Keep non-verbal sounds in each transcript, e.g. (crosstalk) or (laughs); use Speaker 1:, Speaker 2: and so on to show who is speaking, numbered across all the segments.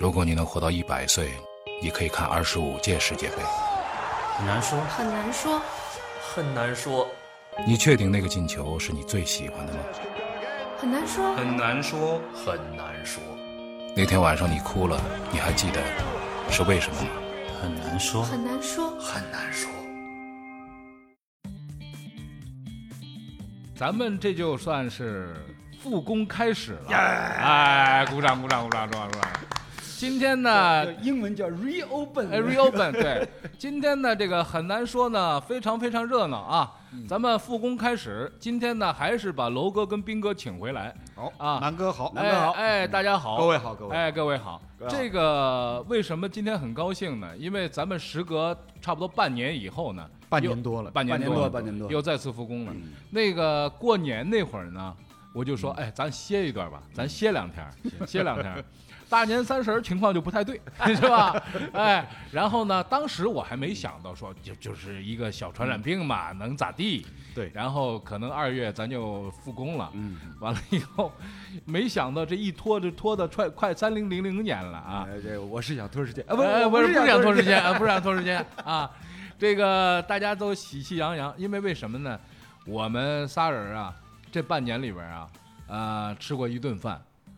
Speaker 1: 如果你能活到一百岁，你可以看二十五届世界杯。
Speaker 2: 很难说，
Speaker 3: 很难说。
Speaker 2: 很难说，
Speaker 1: 你确定那个进球是你最喜欢的吗？
Speaker 3: 很难说，
Speaker 2: 很难说，很难说，
Speaker 1: 那天晚上你哭了，你还记得是为什么吗？
Speaker 2: 很难说，
Speaker 3: 很难说。
Speaker 2: 很难说。
Speaker 4: 咱们这就算是复工开始了。哎，鼓掌鼓掌鼓掌鼓掌鼓掌！今天呢，
Speaker 5: 英文叫 reopen，
Speaker 4: 哎，reopen，对，今天呢这个很难说呢，非常非常热闹啊。咱们复工开始，今天呢还是把楼哥跟斌哥请回来。
Speaker 5: 好
Speaker 4: 啊
Speaker 5: 南哥好，
Speaker 4: 哎哎，大家好，
Speaker 5: 各位好各位好
Speaker 4: 哎，各位好
Speaker 5: 各。位好
Speaker 4: 这个为什么今天很高兴呢？因为咱们时隔差不多半年以后呢，
Speaker 5: 半
Speaker 4: 又
Speaker 5: 年多了嗯
Speaker 4: 半年
Speaker 5: 半年
Speaker 4: 了
Speaker 5: 多半年多
Speaker 4: 又再次复工了。那个过年那会儿呢，我就说，
Speaker 5: 嗯
Speaker 4: 哎，咱歇一段吧，咱歇两天儿，歇两天儿。大年三十儿情况就不太对， (laughs) 是吧？哎，然后呢，当时我还没想到说，就就是一个小传染
Speaker 5: 嗯
Speaker 4: 病嘛，能咋地？
Speaker 5: 对
Speaker 4: 然后可能二月咱就复工了，嗯，完了以后，没想到这一拖就拖到快快三零零零年了啊！
Speaker 5: 哎，这我是想拖时间，啊
Speaker 4: 啊
Speaker 5: 不
Speaker 4: 哎，
Speaker 5: 我
Speaker 4: 不是不是想拖时
Speaker 5: 时
Speaker 4: 间啊，不是想拖时间啊，这个大家都喜气洋洋，因为为什么呢？我们仨人啊，这半年里边啊，呃，吃过一顿饭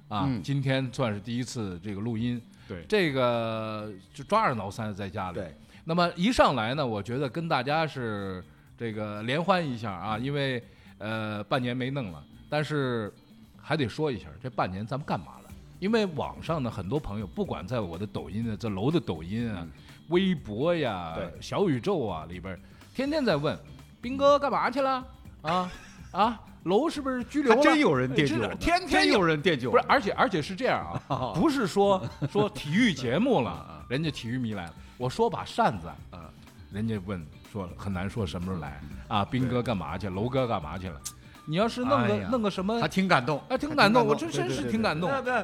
Speaker 4: 啊，
Speaker 5: 嗯
Speaker 4: 今天算是第一次这个录音，
Speaker 5: 对
Speaker 4: 这个就抓耳挠腮在家里，
Speaker 5: 对，
Speaker 4: 那么一上来呢，我觉得跟大家是这个联欢一下啊，因为呃半年没弄了，但是还得说一下，这半年咱们干嘛了？因为网上呢，很多朋友不管在我的抖音啊，这楼的抖音啊、微博呀、
Speaker 5: 嗯对
Speaker 4: 小宇宙啊里边儿，天天在问斌哥干嘛去了啊啊，楼是不是拘留
Speaker 5: 还
Speaker 4: 了？
Speaker 5: 真有人惦记
Speaker 4: 真的
Speaker 5: 我们，
Speaker 4: 天天
Speaker 5: 真有人惦记我
Speaker 4: 不
Speaker 5: 们，
Speaker 4: 是，而且而且是这样啊，不是说说体育节目了，人家体育迷来了，我说把扇子，啊，人家问说很难说什么时候来啊，斌哥干嘛去，楼哥干嘛去了？你要是弄
Speaker 5: 哎
Speaker 4: 个
Speaker 5: 呀
Speaker 4: 弄个什么
Speaker 5: 还，挺感动，
Speaker 4: 哎，挺感动，我
Speaker 5: 这
Speaker 4: 这真是啊挺感动。
Speaker 5: (laughs)
Speaker 6: 不不，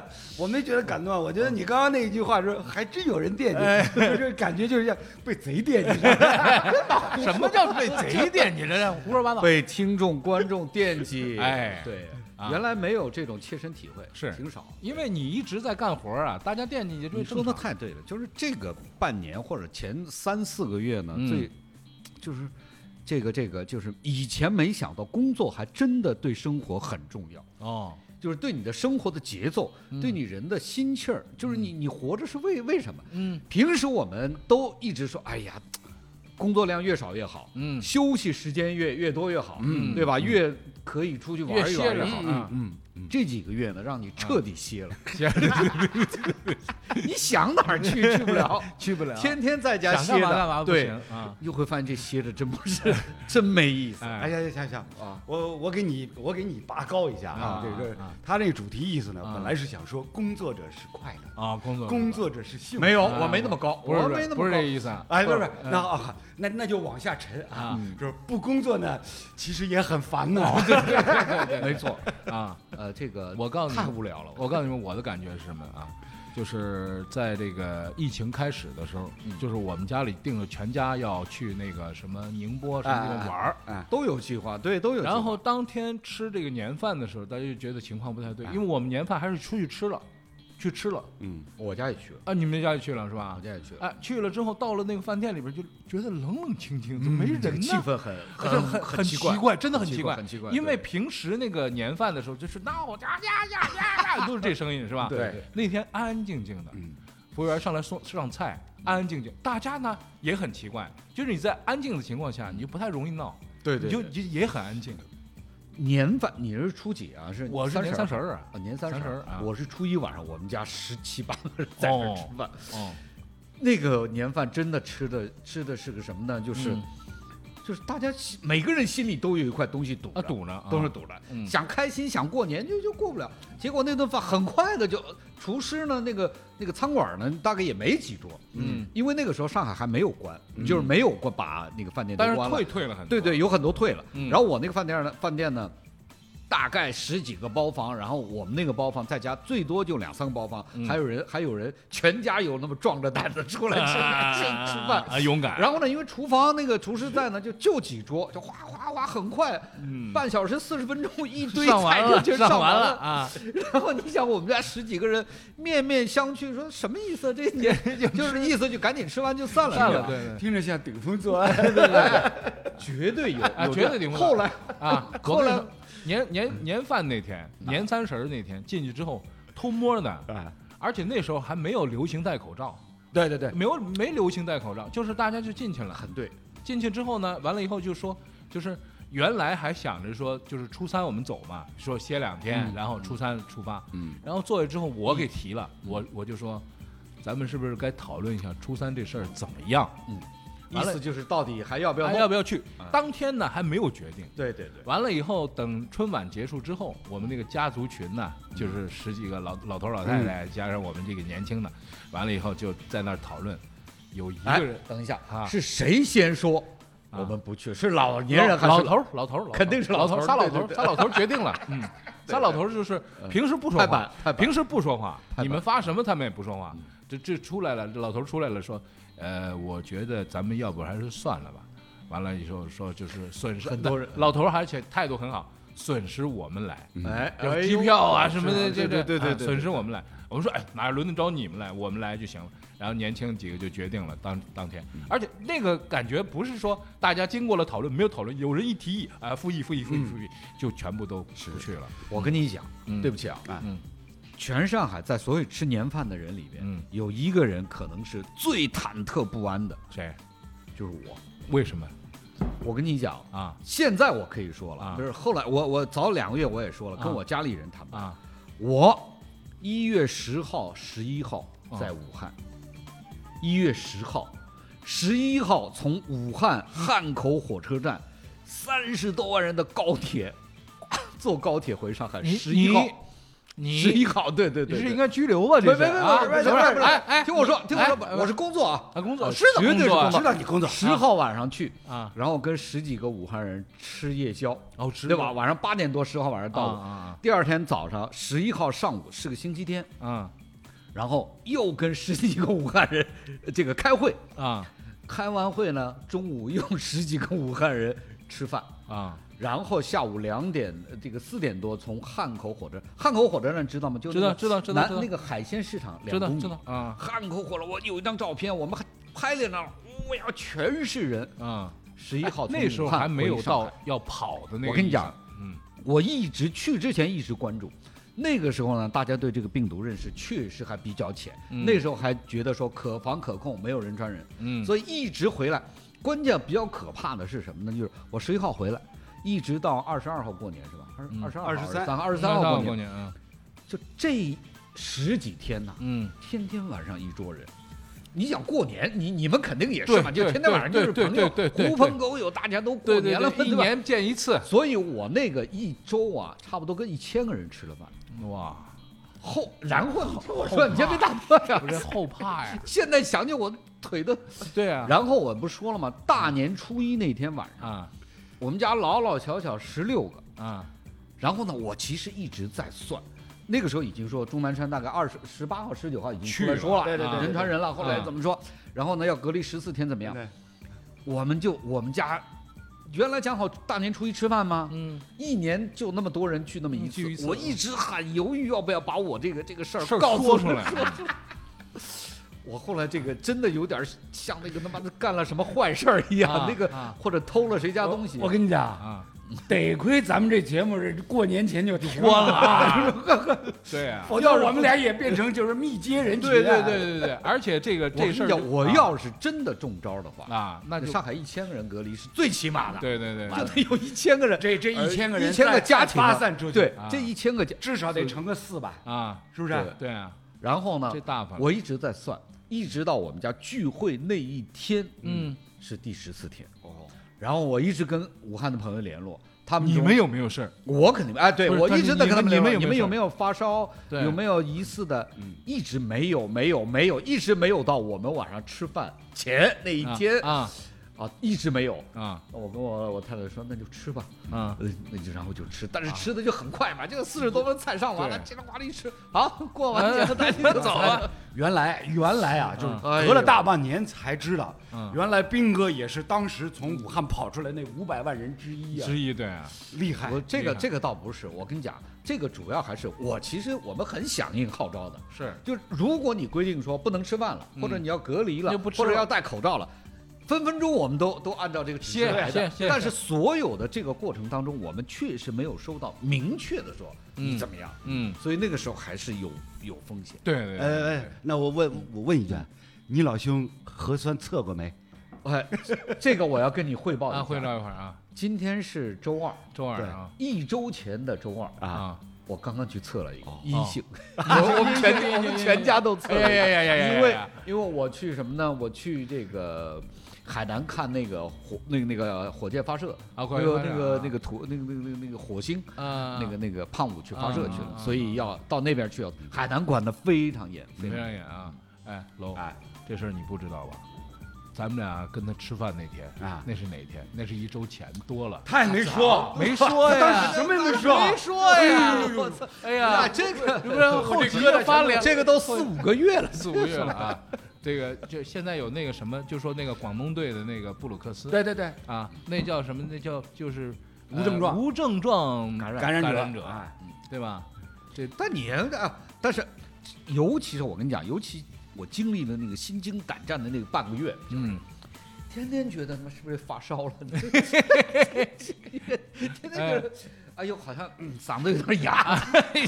Speaker 6: 我没觉得感动啊，我觉得你刚刚那一句话说，还真有人惦
Speaker 4: 哎
Speaker 6: 记，就是感觉就是像被贼惦
Speaker 4: (laughs)
Speaker 6: 记似的。
Speaker 4: 什么叫 (laughs) 被贼惦记着？胡说八道。
Speaker 5: 被听众观众惦
Speaker 4: (laughs)
Speaker 5: 记，
Speaker 4: 哎
Speaker 5: 对
Speaker 4: 啊，
Speaker 5: 原来没有这种切身体会，
Speaker 4: 是
Speaker 5: 挺少。
Speaker 4: (laughs) 因为你一直在干活啊，大家惦记你就
Speaker 5: 你说
Speaker 4: 正
Speaker 5: 的
Speaker 4: 常。
Speaker 5: 太对了，就是这个半年或者前三四个月呢，
Speaker 4: 嗯
Speaker 5: 最就是这个这个就是以前没想到，工作还真的对生活很重要，
Speaker 4: 哦，
Speaker 5: 就是对你的生活的节奏，
Speaker 4: 嗯
Speaker 5: 对你人的心气儿，就是你你活着是为为什么？
Speaker 4: 嗯，
Speaker 5: 平时我们都一直说，哎呀，工作量越少越好，
Speaker 4: 嗯
Speaker 5: 休息时间越越多越好，
Speaker 4: 嗯
Speaker 5: 对吧？越可以出去玩一
Speaker 4: 越
Speaker 5: 玩
Speaker 4: 歇着好
Speaker 5: 好。
Speaker 4: 嗯
Speaker 5: 嗯嗯，这几个月呢，让你彻底歇了，
Speaker 4: 歇着
Speaker 5: 你想哪儿去去不了，
Speaker 4: 去不了，
Speaker 5: 天天在家
Speaker 4: 想
Speaker 5: 歇
Speaker 4: 干
Speaker 5: 着，
Speaker 4: 嘛干嘛不
Speaker 5: 对
Speaker 4: 行，啊？
Speaker 5: 你就会发现这歇着真不是真没意思。
Speaker 6: 哎
Speaker 4: 哎，
Speaker 6: 呀，想想
Speaker 5: 啊
Speaker 6: 啊，我我给你我给你拔高一下
Speaker 4: 啊
Speaker 6: 啊，这个
Speaker 4: 啊
Speaker 6: 他那个主题意思呢
Speaker 4: 啊，
Speaker 6: 本来是想说工作者是快乐，
Speaker 4: 啊，工作
Speaker 6: 工作者是幸福。
Speaker 5: 嗯没有，
Speaker 4: 啊
Speaker 5: 我没那么高，
Speaker 4: 不是
Speaker 5: 我
Speaker 4: 不
Speaker 5: 没
Speaker 4: 是
Speaker 5: 那
Speaker 4: 不
Speaker 5: 么
Speaker 4: 是
Speaker 5: 高
Speaker 4: 这。意思啊。
Speaker 6: 哎，不是不是
Speaker 4: 嗯，
Speaker 6: 那啊，那那就往下沉
Speaker 4: 啊
Speaker 6: 啊，
Speaker 5: 嗯
Speaker 6: 就是不工作呢，其实也很烦恼。
Speaker 5: 哦
Speaker 6: (laughs)
Speaker 5: 没错
Speaker 4: 啊，
Speaker 5: 呃，这个
Speaker 4: 我告诉你
Speaker 5: 太无聊了。
Speaker 4: 我告诉你们我的感觉是什么啊？就是在这个疫情开始的时候，
Speaker 5: 嗯
Speaker 4: 就是我们家里定了全家要去那个什么宁波什么地方玩儿。
Speaker 6: 哎，
Speaker 5: 都有计划，对，都有计划。
Speaker 4: 然后当天吃这个年饭的时候，大家就觉得情况不太
Speaker 5: 哎
Speaker 4: 对，因为我们年饭还是出去吃了，去吃了
Speaker 6: 嗯，
Speaker 5: 我家也去了，
Speaker 4: 啊，你们家也去了是吧
Speaker 5: 我？家也去了，
Speaker 4: 哎，去了之后到了那个饭店里边，就觉得冷冷清清，怎么没人
Speaker 5: 嗯这
Speaker 4: 呢？
Speaker 5: 个气氛很
Speaker 4: 很
Speaker 5: 哎很
Speaker 4: 很
Speaker 5: 奇怪，
Speaker 4: 真的很
Speaker 5: 很奇
Speaker 4: 怪，
Speaker 5: 怪很奇怪
Speaker 4: 因为
Speaker 5: 对
Speaker 4: 平时那个年饭的时候就是闹呀呀呀呀呀，都是这声音是吧？
Speaker 5: 对嗯对。
Speaker 4: 那天安安静静的，服务员上来送上菜，安安静静。大家呢也很奇怪，就是你在安静的情况下，你就不太容易闹，
Speaker 5: 对
Speaker 4: 你
Speaker 5: 对
Speaker 4: 就
Speaker 5: 对
Speaker 4: 就也很安静。
Speaker 5: 年饭你是初几啊？是
Speaker 4: 我是年三
Speaker 5: 三
Speaker 4: 十
Speaker 5: 儿
Speaker 4: 儿啊
Speaker 5: 啊，年三
Speaker 4: 三十儿
Speaker 5: 儿
Speaker 4: 啊
Speaker 5: 我是初一晚上，我们家十七八个人在那儿
Speaker 4: 哦
Speaker 5: 吃饭。
Speaker 4: 哦，
Speaker 5: 那个年饭真的吃的吃的是个什么呢？就是、
Speaker 4: 嗯
Speaker 5: 就是大家心每个人心里都有一块东西堵着
Speaker 4: 啊堵着啊
Speaker 5: 都是堵着、
Speaker 4: 嗯
Speaker 5: 想开心想过年就就过不了。结果那顿饭很快的就，厨师呢那个那个餐馆呢大概也没几桌，
Speaker 4: 嗯，
Speaker 5: 因为那个时候上海还没有关，就是没有关把那个饭店都
Speaker 4: 但是
Speaker 5: 关了
Speaker 4: (laughs) 退，退了很多。
Speaker 5: 对对，有很多退了。
Speaker 4: 嗯
Speaker 5: 然后我那个饭店呢，饭店呢，大概十几个包房，然后我们那个包房再加最多就两三个包房，
Speaker 4: 嗯
Speaker 5: 还有人还有人全家有那么壮着胆子出来吃饭吃吃饭，
Speaker 4: 啊，勇敢。
Speaker 5: 然后呢，因为厨房那个厨师在呢，就就几桌，就哗哗哗，很快，半小时四十分钟，一堆
Speaker 4: 嗯上完
Speaker 5: 菜就
Speaker 4: 了，
Speaker 5: 就
Speaker 4: 上
Speaker 5: 完
Speaker 4: 完了。啊！
Speaker 5: 然后你想，我们家十几个人面面相觑，说什么意思啊？这也就是意思就赶紧吃完就散了，
Speaker 4: 散
Speaker 5: 是
Speaker 4: 了
Speaker 5: 吧
Speaker 4: 对对
Speaker 6: 听着像顶风作
Speaker 5: (laughs)
Speaker 6: 案。
Speaker 5: 绝对有，
Speaker 4: 啊
Speaker 5: 有
Speaker 4: 绝
Speaker 5: 这
Speaker 4: 对顶不
Speaker 5: 后来 (laughs)
Speaker 4: 啊，
Speaker 5: 后
Speaker 4: 我跟你
Speaker 5: 来啊
Speaker 4: 说年年年饭那天，年三十儿那天进去之后偷摸呢，
Speaker 6: 啊，
Speaker 4: 而且那时候还没有流行戴口罩，
Speaker 5: 对对对，
Speaker 4: 没有没流行戴口罩，就是大家就进去了。
Speaker 5: 很对，
Speaker 4: 进去之后呢，完了以后就说，就是原来还想着说，就是初三我们走嘛，说歇两天，
Speaker 5: 嗯
Speaker 4: 然后初三出发。
Speaker 1: 嗯，
Speaker 4: 然后坐下之后，我给提了，我我就说，咱们是不是该讨论一下初三这事儿怎么样，
Speaker 5: 意
Speaker 4: 完了
Speaker 5: 思就是到底还啊要不要
Speaker 4: 还
Speaker 5: 弄
Speaker 4: 要不要去？当天呢还没有决定。
Speaker 5: 对对对，
Speaker 4: 完了以后，等春晚结束之后，我们那个家族群呢，
Speaker 5: 嗯
Speaker 4: 就是十几个老老头儿老太太，加上我们这个年轻的，完了以后就在那儿讨论，有一
Speaker 5: 哎
Speaker 4: 个人，
Speaker 5: 等一下
Speaker 4: 啊
Speaker 5: 是谁先说
Speaker 4: 啊
Speaker 5: 我们不去？是老年人还是
Speaker 4: 老老头儿老头儿老头儿
Speaker 5: 肯定是
Speaker 4: 老
Speaker 5: 老头儿
Speaker 4: 仨老
Speaker 5: 对
Speaker 4: 头儿
Speaker 5: 对对
Speaker 4: 仨老头儿决定
Speaker 5: (laughs)
Speaker 4: 了，嗯，仨老头儿就是平时不说
Speaker 5: 拍板
Speaker 4: 话，
Speaker 5: 拍板
Speaker 4: 平时不说话，
Speaker 5: 板嗯
Speaker 4: 你们发什么他们也不说话，这这出来了，这老头儿出来了说，呃，我觉得咱们要不还是算了吧，完了以后说就是损失
Speaker 5: 很多人
Speaker 4: 老头儿而且态度很好，损失我们来，
Speaker 5: 哎，
Speaker 4: 有
Speaker 5: 哎
Speaker 4: 机
Speaker 5: 呦
Speaker 4: 票啊什么的，
Speaker 5: 是
Speaker 4: 这
Speaker 5: 啊对
Speaker 4: 这
Speaker 5: 对
Speaker 4: 啊
Speaker 5: 对对，
Speaker 4: 损失我们来。我们说，哎，哪轮得着你们来？我们来就行了。然后年轻几个就决定了当当天，
Speaker 5: 嗯
Speaker 4: 而且那个感觉不是说大家经过了讨论，没有讨论，有人一提议啊，复议复议复
Speaker 5: 嗯
Speaker 4: 议复议，就全部都不去了。
Speaker 5: 我跟你讲，
Speaker 4: 嗯
Speaker 5: 对不起啊，
Speaker 4: 嗯
Speaker 5: 全上海在所有吃年饭的人里边，
Speaker 4: 嗯
Speaker 5: 有一个人可能是最忐忑不安的，
Speaker 4: 谁？
Speaker 5: 就是我。
Speaker 4: 为什么
Speaker 5: 我跟你讲，
Speaker 4: 啊
Speaker 5: 现在我可以说了，
Speaker 4: 啊
Speaker 5: 不是后来我我早两个月我也说了，
Speaker 4: 啊
Speaker 5: 跟我家里人坦白，
Speaker 4: 啊？
Speaker 5: 我一月十号、十一号
Speaker 4: 啊
Speaker 5: 在武汉，一、月十号、十一号从武汉汉口火车站，三十多万人的高铁， (laughs) 坐高铁回上海，
Speaker 4: 你
Speaker 5: 十一号。
Speaker 4: 你
Speaker 5: 十一号，对对
Speaker 4: 你
Speaker 5: 对，
Speaker 4: 是
Speaker 5: 对
Speaker 4: 应该拘留啊？这
Speaker 5: 没没没
Speaker 4: 啊
Speaker 5: 没没
Speaker 4: 不是
Speaker 5: 没没没
Speaker 4: 哎哎，
Speaker 5: 听我说，听我说，
Speaker 4: 哎
Speaker 5: 我是工作啊，
Speaker 4: 啊工作
Speaker 5: 呃
Speaker 4: 是的
Speaker 5: 绝对
Speaker 4: 工
Speaker 5: 是
Speaker 4: 作啊
Speaker 5: 工
Speaker 6: 我
Speaker 5: 作。
Speaker 6: 知道你工作
Speaker 5: 十号晚上去
Speaker 4: 啊
Speaker 5: 然后跟十几个武汉人吃夜宵，
Speaker 4: 哦，知
Speaker 5: 对吧？晚上八点多，十号晚上
Speaker 4: 道
Speaker 5: 到
Speaker 4: 了
Speaker 5: 我。
Speaker 4: 啊
Speaker 5: 第二天早上，十一号上午是个星期天，
Speaker 4: 啊啊
Speaker 5: 然后又跟十几个武汉人呃这个开会，
Speaker 4: 啊
Speaker 5: 开完会呢，中午又十几个武汉人吃饭，
Speaker 4: 啊！
Speaker 5: 然后下午两点，呃这个四点多从汉口火车，汉口火车站知道吗？就
Speaker 4: 知道
Speaker 5: 那个
Speaker 4: 知道知道
Speaker 5: 南
Speaker 4: 知道
Speaker 5: 那个海鲜市场
Speaker 4: 知
Speaker 5: 两
Speaker 4: 道
Speaker 5: 公里
Speaker 4: 知道啊
Speaker 5: 汉口火了，我有一张照片，我们还拍了那儿，我要全
Speaker 4: (laughs)
Speaker 5: 是人。
Speaker 4: 啊！
Speaker 5: 十一号从
Speaker 4: 那时候
Speaker 5: 武汉
Speaker 4: 还没有
Speaker 5: 回上
Speaker 4: 到
Speaker 5: 海，
Speaker 4: 要跑的那个。
Speaker 5: 我跟你讲，，
Speaker 4: 嗯
Speaker 5: 我一直去之前一直关注。那个时候呢，大家对这个病毒认识确实还比较浅，
Speaker 4: 嗯
Speaker 5: 那时候还觉得说可防可控，没有人传人，
Speaker 4: 嗯，
Speaker 5: 所以一直回来。关键比较可怕的是什么呢？就是我十一号回来，一直到二十二号过年是吧？二
Speaker 4: 嗯
Speaker 5: 二十二、
Speaker 6: 23
Speaker 5: 三、二
Speaker 4: 二
Speaker 5: 十三号
Speaker 4: 过
Speaker 5: 过年，
Speaker 4: 年啊，
Speaker 5: 就这十几天呐、
Speaker 4: 嗯，
Speaker 5: 天天晚上一桌人。你想过年，你你们肯定也是嘛，
Speaker 4: 对
Speaker 5: 就
Speaker 4: 对
Speaker 5: 天天晚上就是
Speaker 4: 对
Speaker 5: 朋
Speaker 4: 对
Speaker 5: 友
Speaker 4: 对对对对
Speaker 5: 狐朋狗友，大家都过
Speaker 4: 对对
Speaker 5: 年了嘛，
Speaker 4: 对，一
Speaker 5: 对吧？
Speaker 4: 年见一次，
Speaker 5: 所以我那个一周啊，差不多跟一千个人吃了饭。
Speaker 4: 哇，
Speaker 5: 后然
Speaker 4: (laughs)
Speaker 5: 后你听我说，你先别打断
Speaker 4: 不是
Speaker 5: 呀。
Speaker 4: 后怕
Speaker 5: (laughs)
Speaker 4: 呀？
Speaker 5: 现在想起我腿都……
Speaker 4: 对啊，
Speaker 5: 然后我不是说了吗？大年初一那天晚上，
Speaker 4: 啊
Speaker 5: 我们家老老小小十六个，
Speaker 4: 啊
Speaker 5: 然后呢，我其实一直在算，那个时候已经说钟南山大概二十十八号、十九号已经出来说了，
Speaker 6: 去了对对对对
Speaker 5: 人传人了，后来
Speaker 4: 啊
Speaker 5: 怎么说？然后呢，要隔离十四天怎么样？
Speaker 6: 对
Speaker 5: 我们就我们家原来讲好大年初一吃饭吗？
Speaker 4: 嗯，
Speaker 5: 一年就那么多人去那么一
Speaker 4: 嗯
Speaker 5: 次，
Speaker 4: 聚一次
Speaker 5: 我一直很犹豫要不要把我这个这个事
Speaker 4: 事
Speaker 5: 儿
Speaker 4: 儿
Speaker 5: 告诉
Speaker 4: 说出来
Speaker 5: 说出来我后来这个真的有点像那个他妈的干了什么坏事儿一样，
Speaker 4: 啊
Speaker 5: 那个、
Speaker 4: 啊
Speaker 5: 或者偷了谁家东西。
Speaker 6: 我跟你讲，
Speaker 4: 啊，
Speaker 6: 得亏咱们这节目是过年前就停
Speaker 4: 关了
Speaker 5: (laughs)
Speaker 6: 了，
Speaker 4: 啊，对啊，
Speaker 6: 否则我们俩也变成就是密接人群。
Speaker 4: 对对对，对对，而且这个
Speaker 5: 我跟
Speaker 4: 这
Speaker 5: 你
Speaker 4: 事儿
Speaker 5: 讲，我要是真的中招的话，
Speaker 4: 啊，那
Speaker 5: 啊那
Speaker 4: 就
Speaker 5: 上海一千个人隔离是最起码的，
Speaker 4: 对对对，
Speaker 5: 就得有一千个人，
Speaker 6: 这这一千个人
Speaker 5: 呃一千个
Speaker 6: 再
Speaker 5: 家庭啊
Speaker 6: 发散出去，
Speaker 5: 对
Speaker 4: 啊，
Speaker 5: 这一千个家，
Speaker 6: 至少得乘个四吧，
Speaker 4: 啊，
Speaker 6: 是不是？
Speaker 5: 对
Speaker 4: 对啊，
Speaker 5: 然后呢
Speaker 4: 这，大方，
Speaker 5: 我一直在算，一直到我们家聚会那一天，
Speaker 4: 嗯，
Speaker 5: 是第十四天哦。然后我一直跟武汉的朋友联络，他们
Speaker 4: 你
Speaker 5: 中
Speaker 4: 们有没有事儿？
Speaker 5: 我肯定哎，对
Speaker 4: 不是
Speaker 5: 我
Speaker 4: 但
Speaker 5: 一
Speaker 4: 是
Speaker 5: 直在
Speaker 4: 你
Speaker 5: 跟他
Speaker 4: 们
Speaker 5: 们联
Speaker 4: 你们
Speaker 5: 络，
Speaker 4: 有没
Speaker 5: 你
Speaker 4: 有事
Speaker 5: 们有
Speaker 4: 儿
Speaker 5: 没有发烧？
Speaker 4: 对嗯
Speaker 5: 有没有疑似的？一直没有，没有，没有，一直没有到我们晚上吃饭前那一天
Speaker 4: 啊，
Speaker 5: 啊，一直没有。
Speaker 4: 啊
Speaker 5: 我跟我我太太说，那就吃吧，
Speaker 4: 啊，
Speaker 5: 呃，那就然后就吃，但是吃的就很快嘛，这个四十多分菜上完了，
Speaker 4: 对哎
Speaker 5: 叽里呱啦一吃，好，过完年了大家就走了。
Speaker 6: 原来原来啊，就是
Speaker 5: 哎呦
Speaker 6: 隔了大半年才知道
Speaker 4: 嗯，
Speaker 6: 原来斌哥也是当时从武汉跑出来那五百万人之一啊，
Speaker 4: 之一对啊，
Speaker 6: 厉害
Speaker 5: 我！这
Speaker 4: 厉
Speaker 5: 个
Speaker 4: 害
Speaker 5: 这个倒不是，我跟你讲，这个主要还是我其实我们很响应号召的，
Speaker 4: 是嗯
Speaker 5: 就是如果你规定说不能吃饭了，或者你要隔离了，
Speaker 4: 就不吃
Speaker 5: 或者
Speaker 4: 了
Speaker 5: 要戴口罩了，分分钟我们都都按照这个指示
Speaker 4: 谢
Speaker 5: 来的。
Speaker 4: 谢谢
Speaker 5: 但是所有的这个过程当中，我们确实没有收到明确的说
Speaker 4: 嗯
Speaker 5: 你怎么样，
Speaker 4: 嗯，
Speaker 5: 所以那个时候还是有有风险。
Speaker 4: 对对，
Speaker 6: 哎
Speaker 4: 对
Speaker 6: 哎，那我问我问一句啊，你老兄核酸测过没？
Speaker 5: 哎，这个我要跟你汇报一
Speaker 4: 啊，
Speaker 5: 下。
Speaker 4: 会照一会儿啊，
Speaker 5: 今天是周二，
Speaker 4: 周二
Speaker 6: 对
Speaker 4: 啊
Speaker 5: 一周前的周二，
Speaker 6: 啊
Speaker 4: 啊，
Speaker 5: 我刚刚去测了一个
Speaker 6: 哦
Speaker 5: 阴性， (laughs) 我我们全家哦我们全家都测了一个。
Speaker 4: 哎呀呀呀呀呀
Speaker 5: 因为
Speaker 4: 呀
Speaker 5: 因为我去什么呢？我去这个海南看那个火那个那个火箭发射，
Speaker 4: 啊火
Speaker 5: 那
Speaker 4: 箭
Speaker 5: 个
Speaker 4: 发射
Speaker 5: 那个
Speaker 4: 啊
Speaker 5: 那个土那个那个那个那个火星。
Speaker 4: 啊，
Speaker 5: 那个那个胖五去发射去
Speaker 4: 啊啊啊
Speaker 5: 了，所以要到那边去了。海南管的非常严，
Speaker 4: 非常眼啊，哎，楼，
Speaker 6: 哎，
Speaker 4: 这事儿你不知道吧？咱们俩跟他吃饭那天
Speaker 6: 啊
Speaker 4: 那是哪天？那是一周前多了，
Speaker 6: 他也没说，
Speaker 4: 没说
Speaker 6: 当
Speaker 4: 呀
Speaker 6: 时，什么也没说，
Speaker 5: 没说呀，我操！
Speaker 4: 哎呀，
Speaker 5: 这个
Speaker 4: 不然后急得发凉，
Speaker 5: 这个都四五个月了，
Speaker 4: 四五个月了啊。这个就现在有那个什么，就说那个广东队的那个布鲁克斯，
Speaker 5: 对对对，
Speaker 4: 啊，那叫什么？那叫就是
Speaker 6: 无
Speaker 4: 呃
Speaker 6: 症状
Speaker 4: 无症状
Speaker 5: 感染
Speaker 6: 感染
Speaker 4: 染
Speaker 6: 者
Speaker 4: 者，
Speaker 6: 哎
Speaker 4: 对吧？
Speaker 5: 但你啊，但是尤其是我跟你讲，尤其我经历了那个心惊胆战的那个半个月，
Speaker 4: 嗯，
Speaker 5: 天天觉得他妈是不是发烧了？
Speaker 4: (laughs)
Speaker 5: 天天觉得，哎呦，好像嗯嗓子有点哑，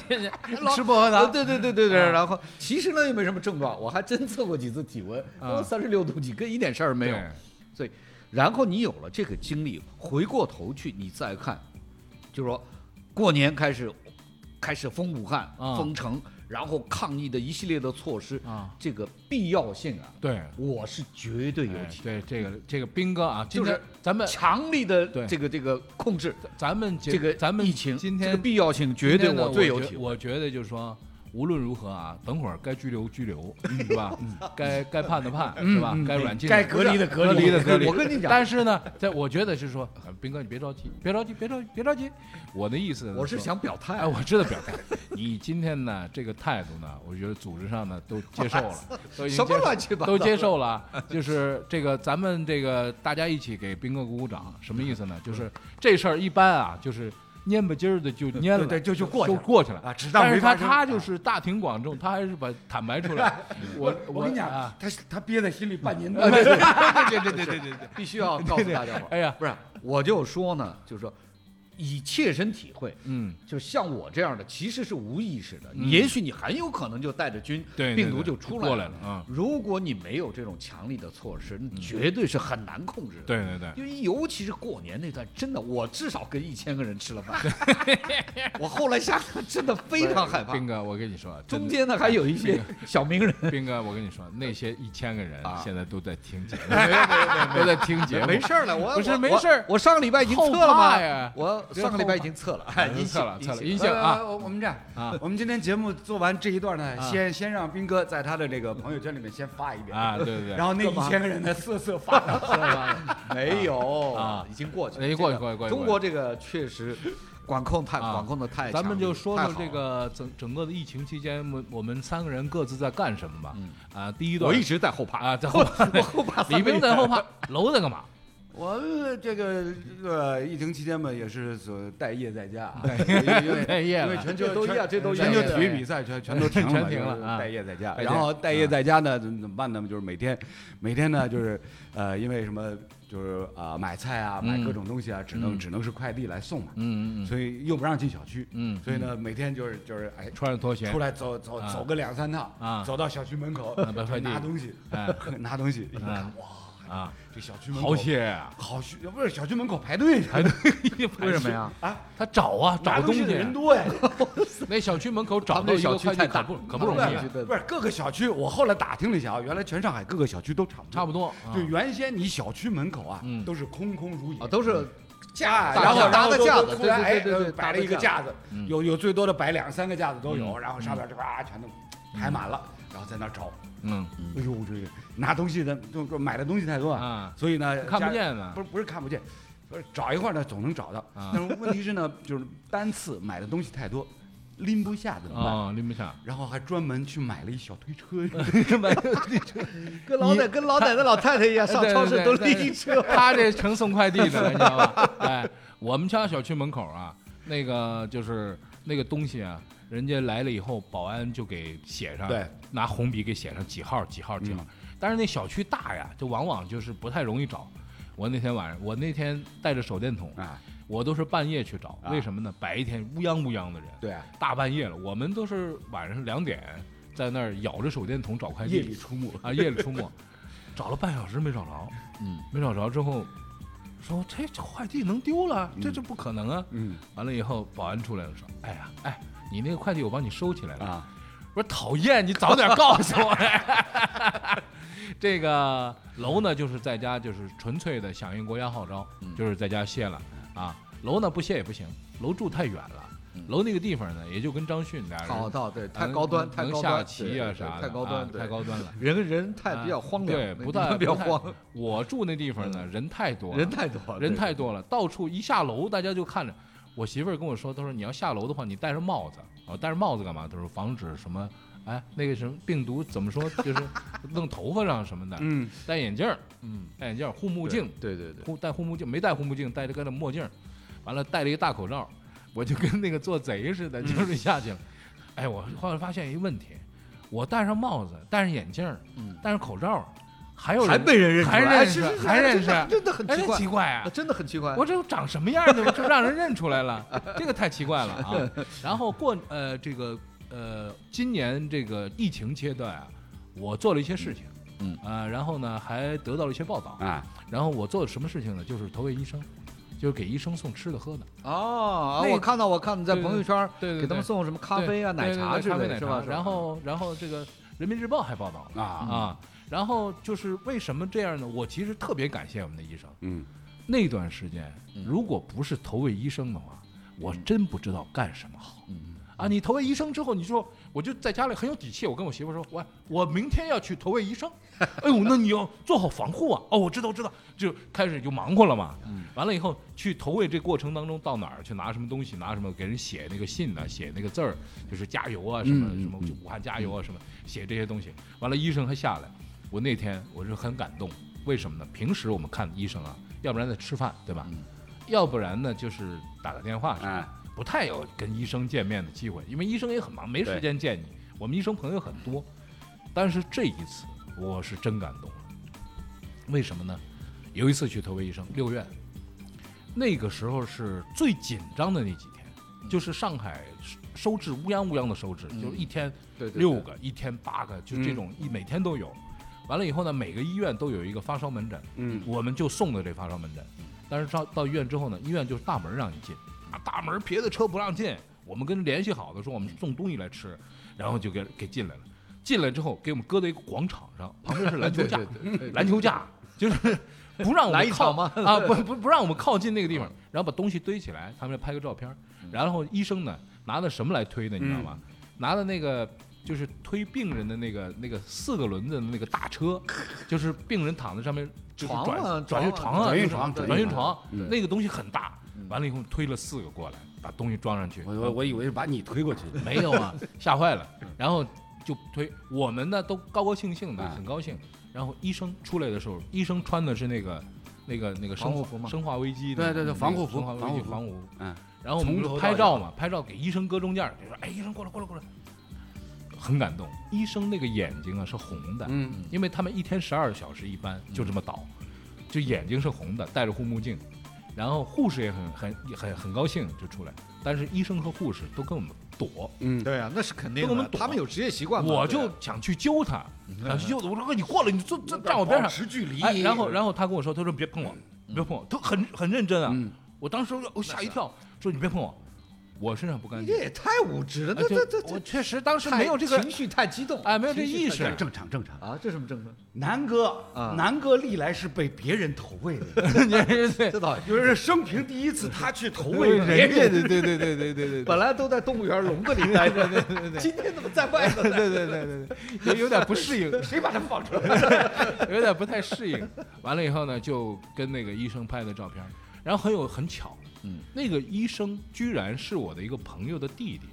Speaker 4: (laughs)
Speaker 5: 老呃
Speaker 4: 吃薄荷糖，
Speaker 5: 对对对对对。
Speaker 4: 嗯
Speaker 5: 然后其实呢又没什么症状，我还真测过几次体温，
Speaker 4: 啊
Speaker 5: 三十六度几，跟一点事儿没有。
Speaker 4: 对
Speaker 5: 所以，然后你有了这个经历，回过头去你再看，就是说，过年开始，开始封武汉、
Speaker 4: 啊
Speaker 5: 封城，然后抗疫的一系列的措施，
Speaker 4: 啊，
Speaker 5: 这个必要性啊，
Speaker 4: 对，
Speaker 5: 我是绝对有
Speaker 4: 哎
Speaker 5: 体，
Speaker 4: 对这个这个斌哥啊，今天
Speaker 5: 就是
Speaker 4: 咱们
Speaker 5: 强力的
Speaker 4: 对
Speaker 5: 这个这个控制，
Speaker 4: 咱们
Speaker 5: 这个
Speaker 4: 咱们
Speaker 5: 疫情
Speaker 4: 今
Speaker 5: 这
Speaker 4: 天
Speaker 5: 个必要性绝
Speaker 4: 今
Speaker 5: 对
Speaker 4: 天呢
Speaker 5: 我最有
Speaker 4: 觉
Speaker 5: 体会。
Speaker 4: 我觉得就是说，无论如何啊，等会儿该拘留拘
Speaker 5: (laughs)
Speaker 4: 留，是吧？
Speaker 5: 嗯
Speaker 4: 嗯该该判的判，是吧？该软禁的
Speaker 6: 该隔离的隔
Speaker 4: 隔离
Speaker 6: 离
Speaker 4: 的隔离。
Speaker 5: 我跟你讲
Speaker 4: 但是呢，在我觉得是说，呃斌哥你别着急，别着急，别着急，别着急。我的意思呢
Speaker 5: 我是
Speaker 4: 说
Speaker 5: 想表态啊
Speaker 4: 哎，，我知道表态。你今天呢，这个态度呢，我觉得组织上呢都接受了，
Speaker 5: (laughs)
Speaker 4: 都已经
Speaker 5: 什么
Speaker 4: 接受
Speaker 5: 乱七八糟
Speaker 4: 都接受了。就是这个，咱们这个大家一起给斌哥鼓鼓掌，什么意思呢？就是这事儿一般啊，就是蔫吧唧儿的就蔫了，
Speaker 6: 对对就就过去
Speaker 4: 就
Speaker 6: 了
Speaker 4: 过去了
Speaker 6: 啊只当
Speaker 4: 但
Speaker 6: 没
Speaker 4: 是他
Speaker 6: 发生
Speaker 4: 他就是大庭广众，他还是把坦白出
Speaker 6: (laughs)
Speaker 4: 来。我
Speaker 6: 我跟你讲
Speaker 4: 啊，
Speaker 6: 他他憋在心里半年多，
Speaker 5: 呃对对对对对对，必须要告诉大家伙儿。
Speaker 4: 哎呀，
Speaker 5: 不是，我就说呢，就是说，以切身体会，
Speaker 4: 嗯，
Speaker 5: 就像我这样的，其实是无意识的。也许你很有可能就带着菌，
Speaker 4: 对对
Speaker 5: 病毒
Speaker 4: 对
Speaker 5: 就出来
Speaker 4: 过来了嗯
Speaker 5: 如果你没有这种强力的措施，你绝对是很难控制的。
Speaker 4: 对对
Speaker 6: 啊
Speaker 4: 对，
Speaker 5: 因为尤其是过年那段，真的，我至少跟一千个人吃了饭。我后来想想，真的非常
Speaker 4: (laughs)
Speaker 5: 害怕
Speaker 4: 斌。哥，我跟你说，真
Speaker 5: 中
Speaker 4: 的
Speaker 5: 间呢，还有一些小名人，
Speaker 4: 斌哥，我跟你说，那些一千个人
Speaker 5: 啊
Speaker 4: 现在都在听节目，
Speaker 6: (laughs)
Speaker 4: 都在听节目，
Speaker 5: 没事儿了，我
Speaker 4: 不是
Speaker 5: 我
Speaker 4: 没
Speaker 5: 我
Speaker 4: 事儿
Speaker 5: 我上个礼拜已经测了
Speaker 4: 后
Speaker 5: 嘛
Speaker 4: 怕呀，
Speaker 5: 我上个礼拜已经测了，哎
Speaker 4: 已经测嗯了测了阴
Speaker 6: 啊一
Speaker 4: 性啊
Speaker 6: 呃我我们这样
Speaker 4: 啊
Speaker 6: 我们今天节目做完这一段呢，
Speaker 4: 啊
Speaker 6: 先先让斌哥在他的这个朋友圈里面先发一遍
Speaker 4: 啊，对
Speaker 6: (laughs)
Speaker 4: 对对，
Speaker 6: 然后那一千个人呢瑟瑟发抖。
Speaker 5: (laughs) 没有
Speaker 4: 啊
Speaker 5: 已经过去了，
Speaker 4: 哎过去
Speaker 5: 这个
Speaker 4: 过去过去
Speaker 5: 中国这个确实管控太
Speaker 4: 啊
Speaker 5: 管控的太强了，
Speaker 4: 咱们就说
Speaker 5: 太
Speaker 4: 说
Speaker 5: 好
Speaker 4: 这
Speaker 5: 了。
Speaker 4: 个整整个的疫情期间，我们我们三个人各自在干什么吧。啊，第一段
Speaker 5: 嗯我一直在后怕，
Speaker 4: 啊在后怕，
Speaker 5: 我后怕三
Speaker 4: 李
Speaker 5: 个
Speaker 4: 冰
Speaker 5: 月
Speaker 4: 在后怕，楼在干
Speaker 5: (laughs)
Speaker 4: 嘛？
Speaker 6: 我这个这个疫情期间嘛，也是所 (laughs) 待业在家啊，因为
Speaker 4: 待业了
Speaker 6: 因为全球
Speaker 5: 这都一样这都一
Speaker 6: 全
Speaker 5: 样
Speaker 6: 球体育比赛全全都停了嘛，
Speaker 4: 全停了啊
Speaker 6: 就是待业在家。
Speaker 4: 待业
Speaker 6: 然后待业在家呢，怎么怎么办呢？就是每天每天呢，就是呃，因为什么就是啊买菜啊，买各种东西啊，只能只能是快递来送嘛，
Speaker 4: 嗯嗯
Speaker 6: 所以又不让进小区，
Speaker 4: 嗯
Speaker 6: 所以呢，每天就是就是哎
Speaker 4: 嗯，。穿着拖鞋
Speaker 6: 出来走走
Speaker 4: 啊
Speaker 6: 走个两三趟
Speaker 4: 啊
Speaker 6: 走到小区门口
Speaker 4: 把快递
Speaker 6: (laughs) 拿东西
Speaker 4: 哎，
Speaker 6: 拿东西，一看
Speaker 4: 嗯
Speaker 6: 哇，
Speaker 4: 啊，
Speaker 6: 这小区门
Speaker 5: (laughs)
Speaker 6: 口
Speaker 4: 好些啊！
Speaker 6: 好区不是小区门口排队排队
Speaker 5: 为什么呀？
Speaker 6: 啊，
Speaker 4: 他找啊，
Speaker 6: 拿
Speaker 4: 找
Speaker 6: 东
Speaker 4: 东
Speaker 6: 西
Speaker 4: 西
Speaker 6: 的，人
Speaker 4: (laughs)
Speaker 6: 多呀，
Speaker 4: 那小区门口找
Speaker 5: 咱
Speaker 4: 到
Speaker 5: 们
Speaker 4: 一
Speaker 5: 这小
Speaker 4: 个
Speaker 5: 区
Speaker 4: 快
Speaker 5: 太
Speaker 4: 递
Speaker 5: 大
Speaker 4: 可不可不容
Speaker 5: 咱们
Speaker 4: 易
Speaker 5: 这小，区
Speaker 6: 不是各个小区，我后来打听了一下啊，原来全上海各个小区都差不多，
Speaker 4: 差不
Speaker 6: 多。
Speaker 4: 多。啊
Speaker 6: 就原先你小区门口啊
Speaker 4: 嗯，
Speaker 6: 都是空空如也
Speaker 5: 啊，都是
Speaker 6: 架
Speaker 5: 大
Speaker 6: 啊
Speaker 5: 架
Speaker 6: 然后然后
Speaker 5: 搭个
Speaker 6: 都
Speaker 5: 架
Speaker 6: 都
Speaker 5: 子
Speaker 6: 突
Speaker 5: 对
Speaker 6: 然
Speaker 5: 对
Speaker 6: 哎
Speaker 5: 对对对
Speaker 6: 摆
Speaker 5: 搭
Speaker 6: 了
Speaker 5: 个
Speaker 6: 一个
Speaker 5: 架
Speaker 6: 架子，有有最多的摆两三个架子都有，
Speaker 4: 嗯
Speaker 6: 嗯然后上面就哇全都排满了。然后在那儿找，
Speaker 4: 嗯
Speaker 6: 哎呦，我这个拿东西的就就买的东西太多
Speaker 4: 啊
Speaker 6: 所以呢
Speaker 4: 看不
Speaker 6: 家
Speaker 4: 见呢
Speaker 6: 不是不是看不见，不是找一会儿呢总能找到，
Speaker 4: 啊
Speaker 6: 但是问题是呢，就是单次买的东西太多，拎不下怎么办？
Speaker 4: 啊，拎不
Speaker 5: (laughs)
Speaker 4: 下。
Speaker 6: 然后还专门去买了一小推车，
Speaker 5: 跟老奶跟老奶奶老太太一样， (laughs) 上
Speaker 4: (laughs) 对
Speaker 5: 超市
Speaker 4: 对
Speaker 5: 都
Speaker 4: 对嗯
Speaker 5: 拎一车。
Speaker 4: (laughs) 他这成送快递的了，你知道吧？ (laughs) 哎，我们家小区门口啊，那个就是那个东西啊，人家来了以后，保安就给写上，
Speaker 6: 对，
Speaker 4: 拿红笔给写上几号几号几号。但是那小区大呀，就往往就是不太容易找。我那天晚上，我那天带着手电筒，
Speaker 6: 啊，
Speaker 4: 我都是半夜去找，
Speaker 6: 啊
Speaker 4: 为什么呢？白天乌泱乌泱的人，
Speaker 6: (laughs) 对啊，
Speaker 4: 大半夜了，我们都是晚上两点在那儿咬着手电筒找快递，
Speaker 6: 夜里出没，
Speaker 4: 啊，夜里出没，找了半小时没找着，
Speaker 5: 嗯，
Speaker 4: 没找着之后，说这这快递能丢了？这这不可能啊！
Speaker 6: 嗯
Speaker 4: 完了以后，保安出来了，说：“哎呀，哎，你那个快递我帮你收起来了。
Speaker 6: 啊，
Speaker 4: 我说：“讨厌，你早点告诉我呀！” (laughs) 这个楼呢，就是在家就是纯粹的响应国家号召，
Speaker 5: 嗯
Speaker 4: 就是在家歇了啊。楼呢不歇也不行，楼住太远了，楼那个地方呢也就跟张迅俩人
Speaker 5: 嗯好到对，太
Speaker 4: 能
Speaker 5: 高端，
Speaker 4: 嗯能
Speaker 5: 太高
Speaker 4: 下
Speaker 5: 端，
Speaker 4: 棋啊
Speaker 5: 对
Speaker 4: 啥的，
Speaker 5: 太高
Speaker 4: 啊
Speaker 5: 端，
Speaker 4: 太
Speaker 5: 对。
Speaker 4: 高端了。啊
Speaker 5: 人人太比较荒凉，
Speaker 4: 对，
Speaker 5: 那
Speaker 4: 不
Speaker 5: 地方
Speaker 4: 但
Speaker 5: 比较
Speaker 4: 不太
Speaker 5: 荒，
Speaker 4: 我住那地方呢，人太多了，
Speaker 5: 嗯人太多了，
Speaker 4: 人
Speaker 5: 对
Speaker 4: 太多了，到处一下楼大家就看着。我媳妇儿跟我说，她说你要下楼的话，你戴上帽子。我戴上帽子干嘛？她说防止什么？哎，那个什么病毒怎么说？就是
Speaker 5: (laughs)
Speaker 4: 弄头发上什么的。
Speaker 6: 嗯，
Speaker 4: 戴眼镜儿，
Speaker 5: 嗯，
Speaker 4: 戴眼镜儿，护目镜，
Speaker 5: 对对对，
Speaker 4: 护戴护目镜，没戴护目镜，戴着个那墨镜儿，完了戴了一个大口罩儿，我就跟那个做贼似的，
Speaker 5: 嗯
Speaker 4: 就是下去了。哎，我后来发现一个问题，我戴上帽子，戴上眼镜儿，
Speaker 5: 嗯
Speaker 4: 戴上口罩儿，还有人
Speaker 5: 还被人认出
Speaker 4: 还
Speaker 5: 来， (laughs) 哎
Speaker 4: 认
Speaker 5: 是
Speaker 4: 识
Speaker 5: 是是
Speaker 4: 还认识，
Speaker 5: 真的真的很
Speaker 4: 哎
Speaker 5: 奇
Speaker 4: 这
Speaker 5: 怪，
Speaker 4: 奇怪啊
Speaker 5: 啊！真的很奇怪。
Speaker 4: 我这长什么样
Speaker 5: (laughs)
Speaker 4: 呢？就让人认出来了，这个太奇怪了啊！然后过呃这个呃今年这个疫情阶段啊，我做了一些事情，
Speaker 5: 嗯
Speaker 4: 啊、然后呢还得到了一些报道，
Speaker 6: 啊，
Speaker 4: 然后我做了什么事情呢？就是投喂医生，就是给医生送吃的喝的，
Speaker 5: 哦，啊
Speaker 4: 那
Speaker 5: 我看到我看到在
Speaker 4: 对对
Speaker 5: 朋友圈
Speaker 4: 对对对
Speaker 5: 给他们送什么咖啡啊、
Speaker 4: 对
Speaker 5: 奶
Speaker 4: 对
Speaker 5: 茶
Speaker 4: 对
Speaker 5: 之
Speaker 4: 咖啡
Speaker 5: 类
Speaker 4: 奶
Speaker 5: 的，
Speaker 4: 茶
Speaker 5: 是吧？是吧
Speaker 4: 然后然后这个人民日报还报道了
Speaker 6: 啊
Speaker 4: 啊，然后就是为什么这样呢？我其实特别感谢我们的医生，
Speaker 6: 嗯，
Speaker 4: 那段时间，如果不是投喂医生的话，我真不知道干什么好。啊，你投喂医生之后，你说我就在家里很有底气，我跟我媳妇说，我我明天要去投喂医生。 (laughs) 哎呦，那你要做好防护啊！哦，我知道，我知道，就开始就忙活了嘛。完了以后去投喂这过程当中，到哪儿去拿什么东西，拿什么给人写那个信呢、写那个字儿，就是加油啊，什么什么就武汉加油啊，什么写这些东西。完了，医生还下来，我那天我是很感动，为什么呢？平时我们看医生啊，要不然在吃饭，对吧？要不然呢就是打打电话什么的
Speaker 6: 哎，
Speaker 4: 不太有跟医生见面的机会，因为医生也很忙，没时间见你。我们医生朋友很多，但是这一次我是真感动了。为什么呢？有一次去投喂医生，六月，那个时候是最紧张的那几天，就是上海收治乌泱乌泱的收治，就是一天
Speaker 5: 对对
Speaker 4: 六个，一天八个，就这种一每天都有。完了以后呢，每个医院都有一个发烧门诊，
Speaker 6: 嗯，
Speaker 4: 我们就送的这发烧门诊。但是到到医院之后呢，医院就是大门让你进，啊，大门别的车不让进。我们跟联系好的说我们送东西来吃，然后就给给进来了。进来之后给我们搁在一个广场上，旁边是篮
Speaker 5: (laughs)
Speaker 4: 球架，篮球架就是不让我
Speaker 5: 来
Speaker 4: 们
Speaker 5: 一
Speaker 4: 靠
Speaker 5: 场吗嗯
Speaker 4: 啊，不不不让我们靠近那个地方，然后把东西堆起来，他们拍个照片儿。然后医生呢拿的什么来推呢？你知道吗？
Speaker 5: 嗯
Speaker 4: 拿的那个就是推病人的那个那个四个轮子的那个大车，就是病人躺在上面就是
Speaker 5: 床
Speaker 4: 转
Speaker 5: 啊
Speaker 4: 转运
Speaker 5: 床
Speaker 4: 床啊，
Speaker 6: 转运
Speaker 4: 就是
Speaker 6: 床转
Speaker 4: 转
Speaker 6: 运
Speaker 4: 运床
Speaker 6: 嗯
Speaker 4: 那个东西很大，完了以后推了四个过来，把东西装上去。
Speaker 6: 我我我以为是把你推过去，
Speaker 4: 没有
Speaker 6: (laughs)
Speaker 4: 啊，吓坏了，然后就推我们呢都高高兴兴的，
Speaker 6: 啊
Speaker 4: 很高兴。然后医生出来的时候，医生穿的是那个那个那个生
Speaker 5: 防护服吗
Speaker 4: 生化危机的那
Speaker 6: 对
Speaker 4: 个，
Speaker 6: 对对防护服
Speaker 4: 生化
Speaker 6: 防
Speaker 4: 危
Speaker 6: 护
Speaker 4: 机
Speaker 6: 服
Speaker 4: 防护服。
Speaker 6: 嗯，
Speaker 4: 然后我们
Speaker 6: 从
Speaker 4: 就
Speaker 6: 头
Speaker 4: 拍
Speaker 6: 到
Speaker 4: 照嘛，拍照给医生搁中间儿，就说：“哎，医生过来，过来，过来。”很感动，医生那个眼睛啊是红的，
Speaker 6: 嗯，
Speaker 4: 因为他们一天十二小时一般
Speaker 5: 嗯
Speaker 4: 就这么倒，就眼睛是红的，戴着护目镜，然后护士也很很很很高兴就出来，但是医生和护士都跟我们躲，
Speaker 6: 嗯，
Speaker 5: 对啊，那是肯定
Speaker 4: 跟我们
Speaker 5: 的，
Speaker 4: 躲
Speaker 5: 他们有职业习惯嘛。
Speaker 4: 我
Speaker 5: 对
Speaker 4: 就想去揪他，
Speaker 5: 嗯
Speaker 4: 想去揪他，我说哎你过来，你坐坐站我边上，
Speaker 6: 持距离
Speaker 4: 哎，然后然后他跟我说，他说别
Speaker 5: 嗯
Speaker 4: 碰我，别碰我，他很很认真啊，我当时我吓一跳，说你别碰我，我身上不干
Speaker 5: 啊你
Speaker 4: 净
Speaker 5: 这。也太无知了，
Speaker 4: 啊
Speaker 5: 这
Speaker 4: 就
Speaker 5: 这这
Speaker 4: 我
Speaker 5: 这
Speaker 4: 确实当时
Speaker 5: 太
Speaker 4: 没有这个
Speaker 5: 情绪太激动，
Speaker 4: 哎没有这
Speaker 5: 情绪
Speaker 4: 意
Speaker 5: 太
Speaker 4: 识
Speaker 5: 激动
Speaker 6: 正常正常。
Speaker 5: 啊，这什么政策？
Speaker 6: 南哥
Speaker 5: 啊，
Speaker 6: 南哥历来是被别人投喂的，
Speaker 5: 这倒也
Speaker 6: 就是生平第一次他去投喂人家
Speaker 4: 对对对对对对对对
Speaker 5: 本来都在动物园笼子里待着，今天怎么在外头呢？
Speaker 4: 对对对对，有点不适应，
Speaker 5: 谁把它放出来？
Speaker 4: (laughs) 有点不太适应。完了以后呢，就跟那个医生拍的照片儿，然后很有很巧，嗯，那个医生居然是我的一个朋友的弟弟。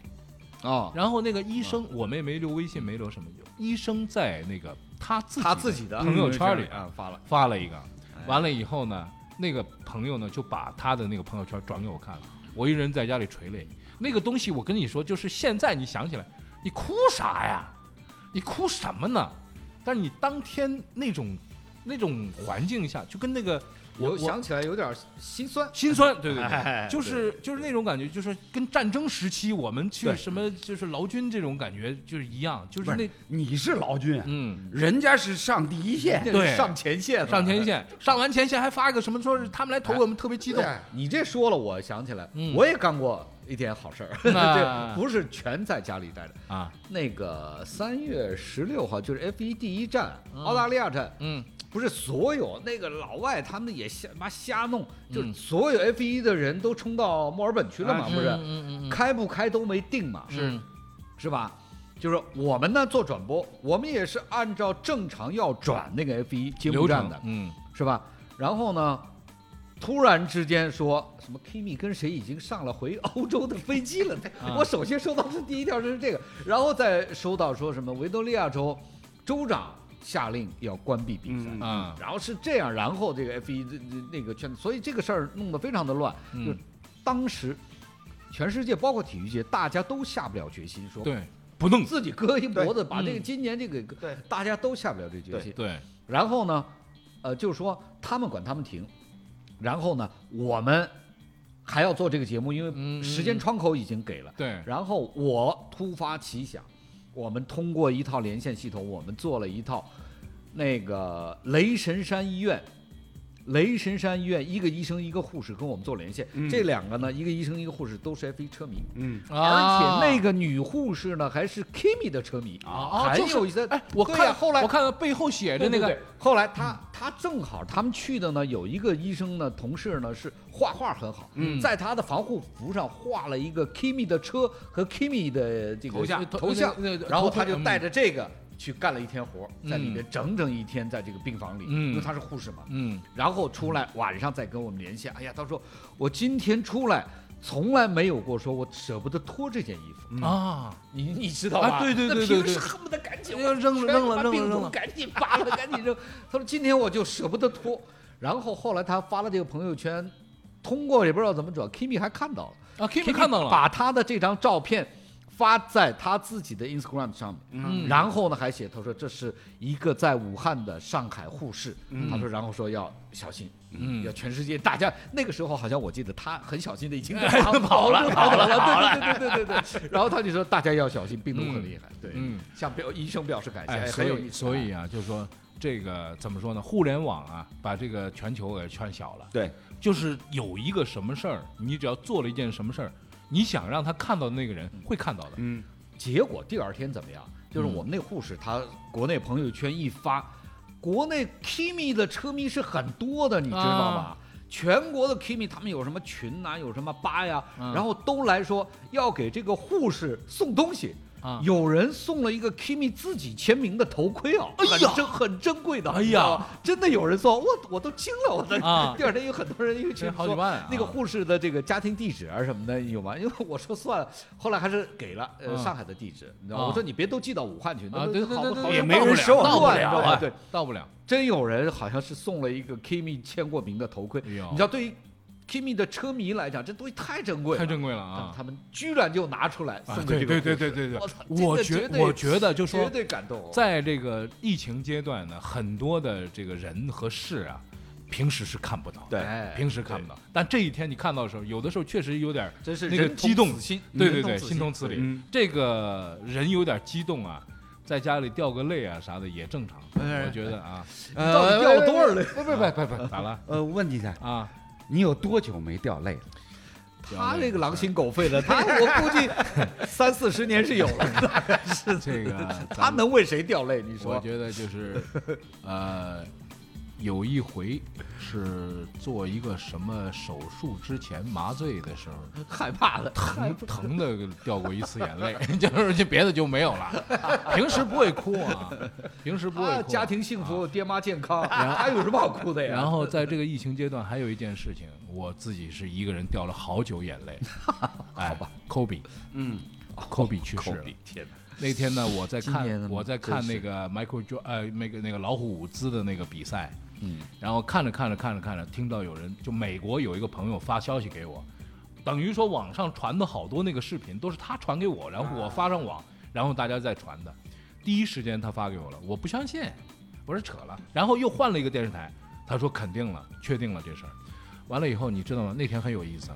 Speaker 5: 哦，
Speaker 4: 然后那个医生，我们也没留微信，没留什么。医生在那个他自己
Speaker 5: 他自己的
Speaker 4: 朋友嗯圈里
Speaker 5: 啊发了，
Speaker 4: 发了一个，完了以后呢，那个朋友呢就把他的那个朋友圈转给我看了，我一人在家里垂泪。那个东西我跟你说，就是现在你想起来，你哭啥呀？你哭什么呢？但是你当天那种那种环境下，就跟那个我
Speaker 5: 我
Speaker 4: 我
Speaker 5: 想起来有点心酸。
Speaker 4: 心酸，对对
Speaker 5: 哎
Speaker 4: 对，就是就是那种感觉，就是跟战争时期我们去什么就是劳军这种感觉就是一样，就是那
Speaker 6: 你是劳军，
Speaker 4: 嗯。
Speaker 6: 人家是上第一线，
Speaker 4: 对
Speaker 5: 上前线了，
Speaker 4: 上前线，上完前线还发个什么，说是他们来投我们，特别激动。
Speaker 5: 对哎你这说了，我想起来，
Speaker 4: 嗯
Speaker 5: 我也干过一点好事儿， (laughs)
Speaker 4: 那
Speaker 5: 这不是全在家里待着。
Speaker 4: 啊，
Speaker 5: 那个三月十六号就是 F 一第一站，澳大利亚站，
Speaker 4: 嗯，
Speaker 5: 不是所有那个老外他们也瞎妈瞎弄，就是
Speaker 4: 嗯
Speaker 5: 所有 F 一的人都冲到墨尔本去了嘛，
Speaker 4: 啊
Speaker 5: 不是
Speaker 4: 嗯？嗯嗯嗯，
Speaker 5: 开不开都没定嘛，
Speaker 4: 是
Speaker 5: 是吧？就是我们呢做转播，我们也是按照正常要转那个 F E 一揭幕
Speaker 4: 流
Speaker 5: 战
Speaker 4: 程
Speaker 5: 的，
Speaker 4: 嗯，
Speaker 5: 是吧？然后呢，突然之间说什么 Kimi 跟谁已经上了回 (laughs) 欧洲的飞机了？
Speaker 4: 啊
Speaker 5: 我首先收到的第一条是这个，然后再收到说什么维多利亚州州长下令要关闭比赛。
Speaker 6: 嗯
Speaker 4: 啊，
Speaker 5: 然后是这样，然后这个 F 一那个圈子，所以这个事儿弄得非常的乱。
Speaker 4: 嗯
Speaker 5: 就是当时全世界包括体育界，大家都下不了决心，说
Speaker 4: 对，不弄，
Speaker 5: 自己割一脖子，把这个
Speaker 4: 嗯
Speaker 5: 今年这个
Speaker 6: 对
Speaker 5: 大家都下不了这决心。
Speaker 4: 对，
Speaker 5: 然后呢，呃，就是说他们管他们停，然后呢，我们还要做这个节目，因为
Speaker 4: 嗯
Speaker 5: 时间窗口已经给了。
Speaker 4: 对
Speaker 5: 然后我突发奇想，我们通过一套连线系统，我们做了一套那个雷神山医院。雷神山医院一个医生一个护士跟我们做连线，
Speaker 4: 嗯
Speaker 5: 这两个呢，一个医生一个护士都是 F 一车迷，
Speaker 6: 嗯，
Speaker 4: 啊
Speaker 5: 而且那个女护士呢还是 Kimi 的车迷
Speaker 4: 啊
Speaker 5: 还
Speaker 4: 就是
Speaker 5: 有一些
Speaker 4: 哎，我
Speaker 5: 对
Speaker 4: 看
Speaker 5: 呀后来
Speaker 4: 我看到背后写着
Speaker 5: 对
Speaker 4: 那
Speaker 5: 对
Speaker 4: 个
Speaker 5: 对，后来他他正好他们去的呢，有一个医生呢，同事呢是画画很好，
Speaker 4: 嗯
Speaker 5: 在他的防护服上画了一个 Kimi 的车和 Kimi 的这个
Speaker 4: 头像
Speaker 5: 头像
Speaker 4: 那那，
Speaker 5: 然后他
Speaker 4: 头
Speaker 5: 就
Speaker 4: 像
Speaker 5: 带着这个去干了一天活，在里
Speaker 4: 嗯
Speaker 5: 面整整一天，在这个病房里，
Speaker 4: 嗯
Speaker 5: 因为他是护士嘛，
Speaker 4: 嗯，
Speaker 5: 然后出来晚上再跟我们联系。哎呀，他说我今天出来从来没有过说我舍不得脱这件衣服。
Speaker 4: 啊，
Speaker 5: 你你知道吧？
Speaker 4: 啊对对对对
Speaker 5: 那平
Speaker 4: 对
Speaker 5: 时恨不得赶紧
Speaker 4: 要扔了扔了
Speaker 5: 全他妈
Speaker 4: 扔了
Speaker 5: 病毒
Speaker 4: 扔了
Speaker 5: 赶紧扒了，赶
Speaker 4: (laughs)
Speaker 5: 紧扔。他说今天我就舍不得脱，然后后来他发了这个朋友圈，通过也不知道怎么转，Kimi 还看到
Speaker 4: 啊
Speaker 5: 了
Speaker 4: ，Kimi 看到了，
Speaker 5: 把他的这张照片发在他自己的 Instagram 上面，
Speaker 4: 嗯
Speaker 5: 然后呢还写他说这是一个在武汉的上海护士，他说然后说要小心。
Speaker 4: 嗯
Speaker 5: 要全世界大家那个时候好像我记得他很小心的已经
Speaker 4: 跑了
Speaker 5: 跑了跑了，对对对对对对。然后他就说大家要小心，病毒很厉害，对，
Speaker 4: 嗯
Speaker 5: 向表医生表示感谢，
Speaker 4: 哎，
Speaker 5: 哎
Speaker 4: 所
Speaker 5: 很有意
Speaker 4: 以
Speaker 5: 思啊。
Speaker 4: 所以啊，就是说这个怎么说呢？互联网啊，把这个全球给圈小了。
Speaker 6: 对，
Speaker 4: 就是有一个什么事儿，你只要做了一件什么事儿，你想让他看到的那个人会看到的。
Speaker 6: 嗯，
Speaker 5: 结果第二天怎么样？就是
Speaker 4: 嗯
Speaker 5: 我们那护士，她国内朋友圈一发，国内 Kimi 的车迷是很多的，你知道
Speaker 4: 啊
Speaker 5: 吗？全国的 Kimi 他们有什么群呐、有什么吧呀、
Speaker 4: 嗯
Speaker 5: 然后都来说要给这个护士送东西。
Speaker 4: 啊
Speaker 5: 有人送了一个 Kimi 自己签名的头盔啊，
Speaker 4: 哎呀
Speaker 5: 很珍很珍贵的，
Speaker 4: 哎呀
Speaker 5: 你知道吗，真的有人送，我我都惊了，我的、
Speaker 4: 啊
Speaker 5: (laughs) 第二天有很多人因为
Speaker 4: 这好几万啊
Speaker 5: 那个护士的这个家庭地址啊什么的有吗？因为我说算了，后来还是给了呃
Speaker 4: 嗯
Speaker 5: 上海的地址，你知道吗？
Speaker 4: 啊
Speaker 5: 我说你别都寄到武汉去，
Speaker 4: 啊
Speaker 5: 那都
Speaker 4: 对对
Speaker 5: 好
Speaker 4: 对
Speaker 5: 不
Speaker 4: 对
Speaker 5: 好
Speaker 4: 对
Speaker 5: 也
Speaker 4: 对
Speaker 5: 没
Speaker 4: 到不
Speaker 5: 人
Speaker 4: 了
Speaker 5: 收，
Speaker 4: 到不
Speaker 5: 乱你知道
Speaker 4: 了
Speaker 5: 吧
Speaker 4: 啊，
Speaker 5: 对，
Speaker 4: 到不了。
Speaker 5: 真有人好像是送了一个 Kimi 签过名的头盔，
Speaker 4: 哎呦
Speaker 5: 你知道对于 Kimi 的车迷来讲，这东西太珍贵了，
Speaker 4: 太珍贵了
Speaker 5: 但
Speaker 4: 啊！
Speaker 5: 他们居然就拿出来送
Speaker 4: 啊，
Speaker 5: 给
Speaker 4: 对
Speaker 5: 这
Speaker 4: 对对对
Speaker 5: 个护士
Speaker 4: 对对
Speaker 5: 我操，这
Speaker 4: 我
Speaker 5: 个
Speaker 4: 觉
Speaker 5: 绝对
Speaker 4: 我觉得就说
Speaker 5: 绝，对感动，
Speaker 4: 在这个疫情阶段呢，很多的这个人和事啊，平时是看不到，
Speaker 6: 对
Speaker 5: 哎
Speaker 4: 平时看不到。但这一天你看到的时候，有的时候确实有点
Speaker 5: 真是
Speaker 4: 那个
Speaker 5: 人同
Speaker 4: 激动
Speaker 5: 此心，
Speaker 4: 对
Speaker 5: 人
Speaker 4: 对
Speaker 5: 同
Speaker 4: 对，
Speaker 5: 此
Speaker 4: 心同此理
Speaker 6: 嗯。
Speaker 4: 这个人有点激动啊，在家里掉个泪啊啥的也正常，
Speaker 6: 哎
Speaker 4: 我觉得啊，
Speaker 5: 到底掉了多少泪？
Speaker 4: (laughs) 不不不不不，咋了
Speaker 6: 呃，问你一下，
Speaker 4: 啊？
Speaker 6: 你有多久没掉泪了？
Speaker 5: 他这个狼心狗肺的，他我估计 (laughs) 三四十年是有了的，
Speaker 4: 这个啊咱
Speaker 5: 他
Speaker 4: 们
Speaker 5: 能为谁掉泪？你
Speaker 4: 我
Speaker 5: 说？
Speaker 4: 觉得就是，呃，有一回是做一个什么手术之前麻醉的时候，
Speaker 5: 害怕了，
Speaker 4: 疼疼的掉过一次眼泪， (laughs) 就是就别的就没有了。平时不会哭啊，平时不会
Speaker 5: 啊，
Speaker 4: 哭。
Speaker 5: 家庭幸福，爹妈健康，他有什么好哭的呀？
Speaker 4: 然后在这个疫情阶段，还有一件事情，我自己是一个人掉了好久眼
Speaker 5: (laughs)
Speaker 4: 泪。哎，科比，嗯，科比去世了。
Speaker 5: 天哪！
Speaker 4: 那天呢，我在
Speaker 5: 今年呢
Speaker 4: 看我在看
Speaker 5: 真是
Speaker 4: 那个 Michael Jo 呃那个那个老虎伍兹的那个比赛，嗯，然后看着看着看着看着，听到有人就美国有一个朋友发消息给我，等于说网上传的好多那个视频都是他传给我，然
Speaker 5: 啊
Speaker 4: 后我发上网，然后大家再传的，第一时间他发给我了，我不相信，我说扯了，然后又换了一个电视台，他说肯定了，确定了这事儿，完了以后你知道吗？那天很有意思，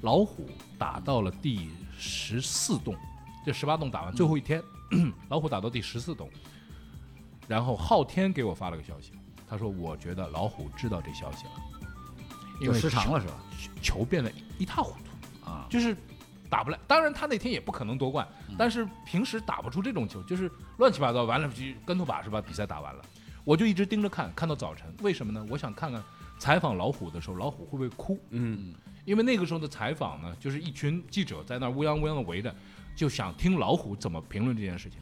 Speaker 4: 老虎打到了第十四洞，这十八洞打完最后一天， (coughs) 老虎打到第十四洞，然后昊天给我发了个消息，他说我觉得老虎知道这消息了，因
Speaker 5: 有
Speaker 4: 为
Speaker 5: 时长了是吧？
Speaker 4: 球变得一塌糊涂
Speaker 5: 啊嗯
Speaker 4: 就是打不来。当然他那天也不可能夺冠，但是平时打不出这种球，就是乱七八糟，完了就跟头把是吧？比赛打完了，我就一直盯着看，看到早晨，为什么呢？我想看看采访老虎的时候，老虎会不会哭？
Speaker 6: 嗯，
Speaker 4: 因为那个时候的采访呢，就是一群记者在那儿乌泱乌泱的围着，就想听老虎怎么评论这件事情。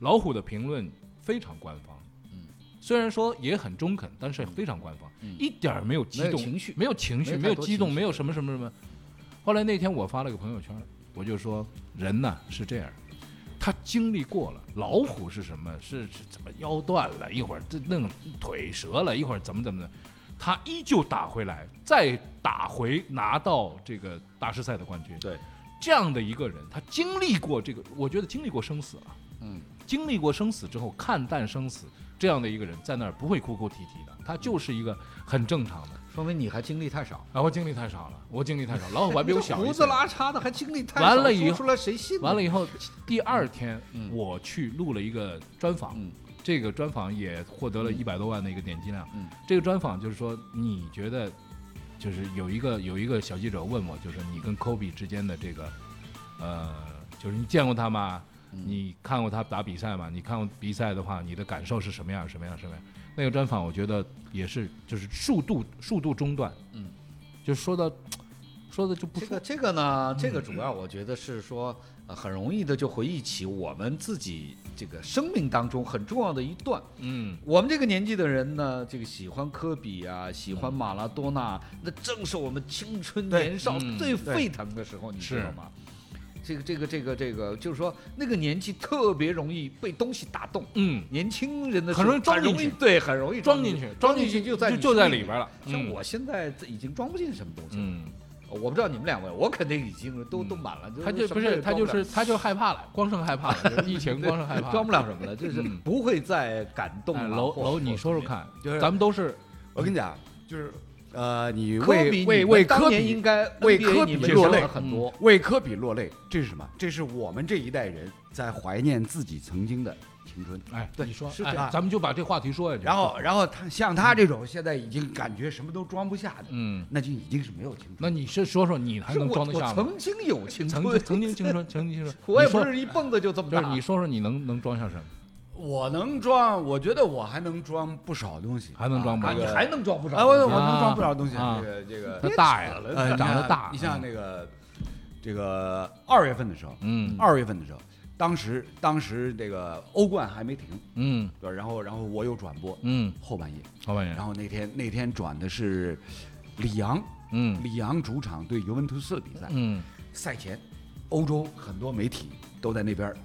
Speaker 4: 老虎的评论非常官方，
Speaker 5: 嗯
Speaker 4: 虽然说也很中肯，但是非常官方，一点儿没有激
Speaker 5: 没有
Speaker 4: 动
Speaker 5: 情绪
Speaker 4: 没有情绪，
Speaker 5: 没有
Speaker 4: 没有
Speaker 5: 太多
Speaker 4: 激动，
Speaker 5: 情绪
Speaker 4: 没有什么什么什么。后来那天我发了个朋友圈，我就说人呐是这样，他经历过了，老虎是什么？是是怎么腰断了，一会儿这弄腿折了，一会儿怎么怎么的，他依旧打回来，再打回拿到这个大师赛的冠军。
Speaker 5: 对，
Speaker 4: 这样的一个人，他经历过这个，我觉得经历过生死了。啊
Speaker 5: 嗯，
Speaker 4: 经历过生死之后，看淡生死这样的一个人，在那儿不会哭哭啼啼的，他就是一个很正常的。
Speaker 5: 说明你还经历太少。
Speaker 4: 啊，我经历太少了，我经历太少，老虎还比我小一岁
Speaker 5: 胡子拉碴的还经历太
Speaker 4: 完
Speaker 5: 少
Speaker 4: 了
Speaker 5: 说
Speaker 4: 以后
Speaker 5: 出来谁信呢？
Speaker 4: 完了以后，第二天我去录了一个专访，
Speaker 5: 嗯
Speaker 4: 这个专访也获得了一百多万的一个点击量。
Speaker 5: 嗯
Speaker 4: 这个专访就是说，你觉得就是有一个有一个小记者问我，就是你跟 Kobe 之间的这个，呃，就是你见过他吗？
Speaker 5: 嗯
Speaker 4: 你看过他打比赛吗？你看过比赛的话，你的感受是什么样？什么样？什么样？那个专访我觉得也是，就是数度数度中断，
Speaker 5: 嗯，
Speaker 4: 就说到说的就不
Speaker 5: 这
Speaker 4: 说
Speaker 5: 个这个呢，这个主要我觉得是说，呃很容易的就回忆起我们自己这个生命当中很重要的一段。
Speaker 4: 嗯
Speaker 5: 我们这个年纪的人呢，这个喜欢科比啊，喜欢马拉多纳，那正是我们青春
Speaker 6: 对
Speaker 5: 年少
Speaker 4: 嗯
Speaker 5: 最沸腾的时候，你知道吗？这个这个这个这个，就是说那个年纪特别容易被东西打动。
Speaker 4: 嗯。
Speaker 5: 年轻人的时
Speaker 4: 很
Speaker 5: 候
Speaker 4: 容易装
Speaker 5: 很
Speaker 4: 进
Speaker 5: 容易
Speaker 4: 去
Speaker 5: 对，很容易
Speaker 4: 装
Speaker 5: 进
Speaker 4: 进去
Speaker 5: 装
Speaker 4: 装进
Speaker 5: 去
Speaker 4: 去
Speaker 5: 就在
Speaker 4: 就
Speaker 5: 你
Speaker 4: 就
Speaker 5: 心
Speaker 4: 在
Speaker 5: 里
Speaker 4: 里边了
Speaker 5: 像
Speaker 4: 嗯
Speaker 5: 我现在已经装不进什么东西了。
Speaker 4: 嗯，
Speaker 5: 我不知道你们两位，我肯定已经都都满了。
Speaker 4: 他就
Speaker 5: 什
Speaker 4: 不
Speaker 5: 么事儿
Speaker 4: 是他
Speaker 5: 装
Speaker 4: 就
Speaker 5: 不了
Speaker 4: 是他就害怕了，光剩害怕
Speaker 5: (laughs)
Speaker 4: 了，就是疫情光剩害怕，
Speaker 5: 装不了什么了，就是
Speaker 4: 嗯
Speaker 5: 不会再感动
Speaker 4: 哎
Speaker 5: 了。
Speaker 4: 楼
Speaker 5: 或
Speaker 4: 楼，你说说，看，咱们都是
Speaker 6: 我跟你讲，啊就是呃，你
Speaker 5: 或者科
Speaker 6: 为
Speaker 5: 比
Speaker 6: 为
Speaker 5: 你们
Speaker 6: 为
Speaker 5: 当
Speaker 6: 科
Speaker 5: 年
Speaker 6: 比
Speaker 5: 应该
Speaker 6: 为
Speaker 5: NBA
Speaker 6: 科
Speaker 5: 你
Speaker 6: 比
Speaker 5: 们
Speaker 6: 落
Speaker 5: 想
Speaker 6: 泪
Speaker 5: 了很多，
Speaker 6: 为科比落泪，这是什么？这是我们这一代人在怀念自己曾经的青春。
Speaker 4: 哎，
Speaker 5: 嗯
Speaker 4: 你说
Speaker 6: 是这样
Speaker 4: 哎，咱们就把这话题说下去。
Speaker 6: 然后，然后他像他这种现在已经感觉什么都装不下的，
Speaker 4: 嗯，
Speaker 6: 那就已经是没有青春。
Speaker 4: 那你是说说你还
Speaker 5: 是
Speaker 4: 能
Speaker 5: 我
Speaker 4: 装得
Speaker 5: 我
Speaker 4: 下吗？
Speaker 5: 曾经有青
Speaker 4: 曾
Speaker 5: 春，
Speaker 4: 曾经青春，曾经青春，
Speaker 5: (laughs) 我也
Speaker 4: 你
Speaker 5: 不
Speaker 4: 说
Speaker 5: 是一蹦子就这么
Speaker 4: 就是
Speaker 5: 大。
Speaker 4: 你说说你能能装下什么？
Speaker 6: 我能装，我觉得我还能装不少东西。
Speaker 4: 还能装吗
Speaker 5: 啊，？你还能装不
Speaker 6: (laughs) 哎，
Speaker 5: 少
Speaker 6: 我
Speaker 5: 东西？
Speaker 6: 我能装不少东西。
Speaker 4: 啊
Speaker 6: 这个这个
Speaker 4: 他大呀，
Speaker 6: 呃，
Speaker 4: 他
Speaker 6: 你
Speaker 4: 长得
Speaker 6: 看
Speaker 4: 大，
Speaker 6: 你像那个这个二月份的时候，
Speaker 4: 嗯
Speaker 6: 二月份的时候，当时当时这个欧冠还没停，
Speaker 4: 嗯
Speaker 6: 对吧，然后然后我有转播
Speaker 4: 嗯，
Speaker 6: 后半夜，
Speaker 4: 老板
Speaker 6: 然
Speaker 4: 爷，
Speaker 6: 后那天那天转的是里昂，
Speaker 4: 嗯
Speaker 6: 里昂主场对尤文图斯的比赛，
Speaker 4: 嗯
Speaker 6: 赛前，欧洲很多媒体都在那边儿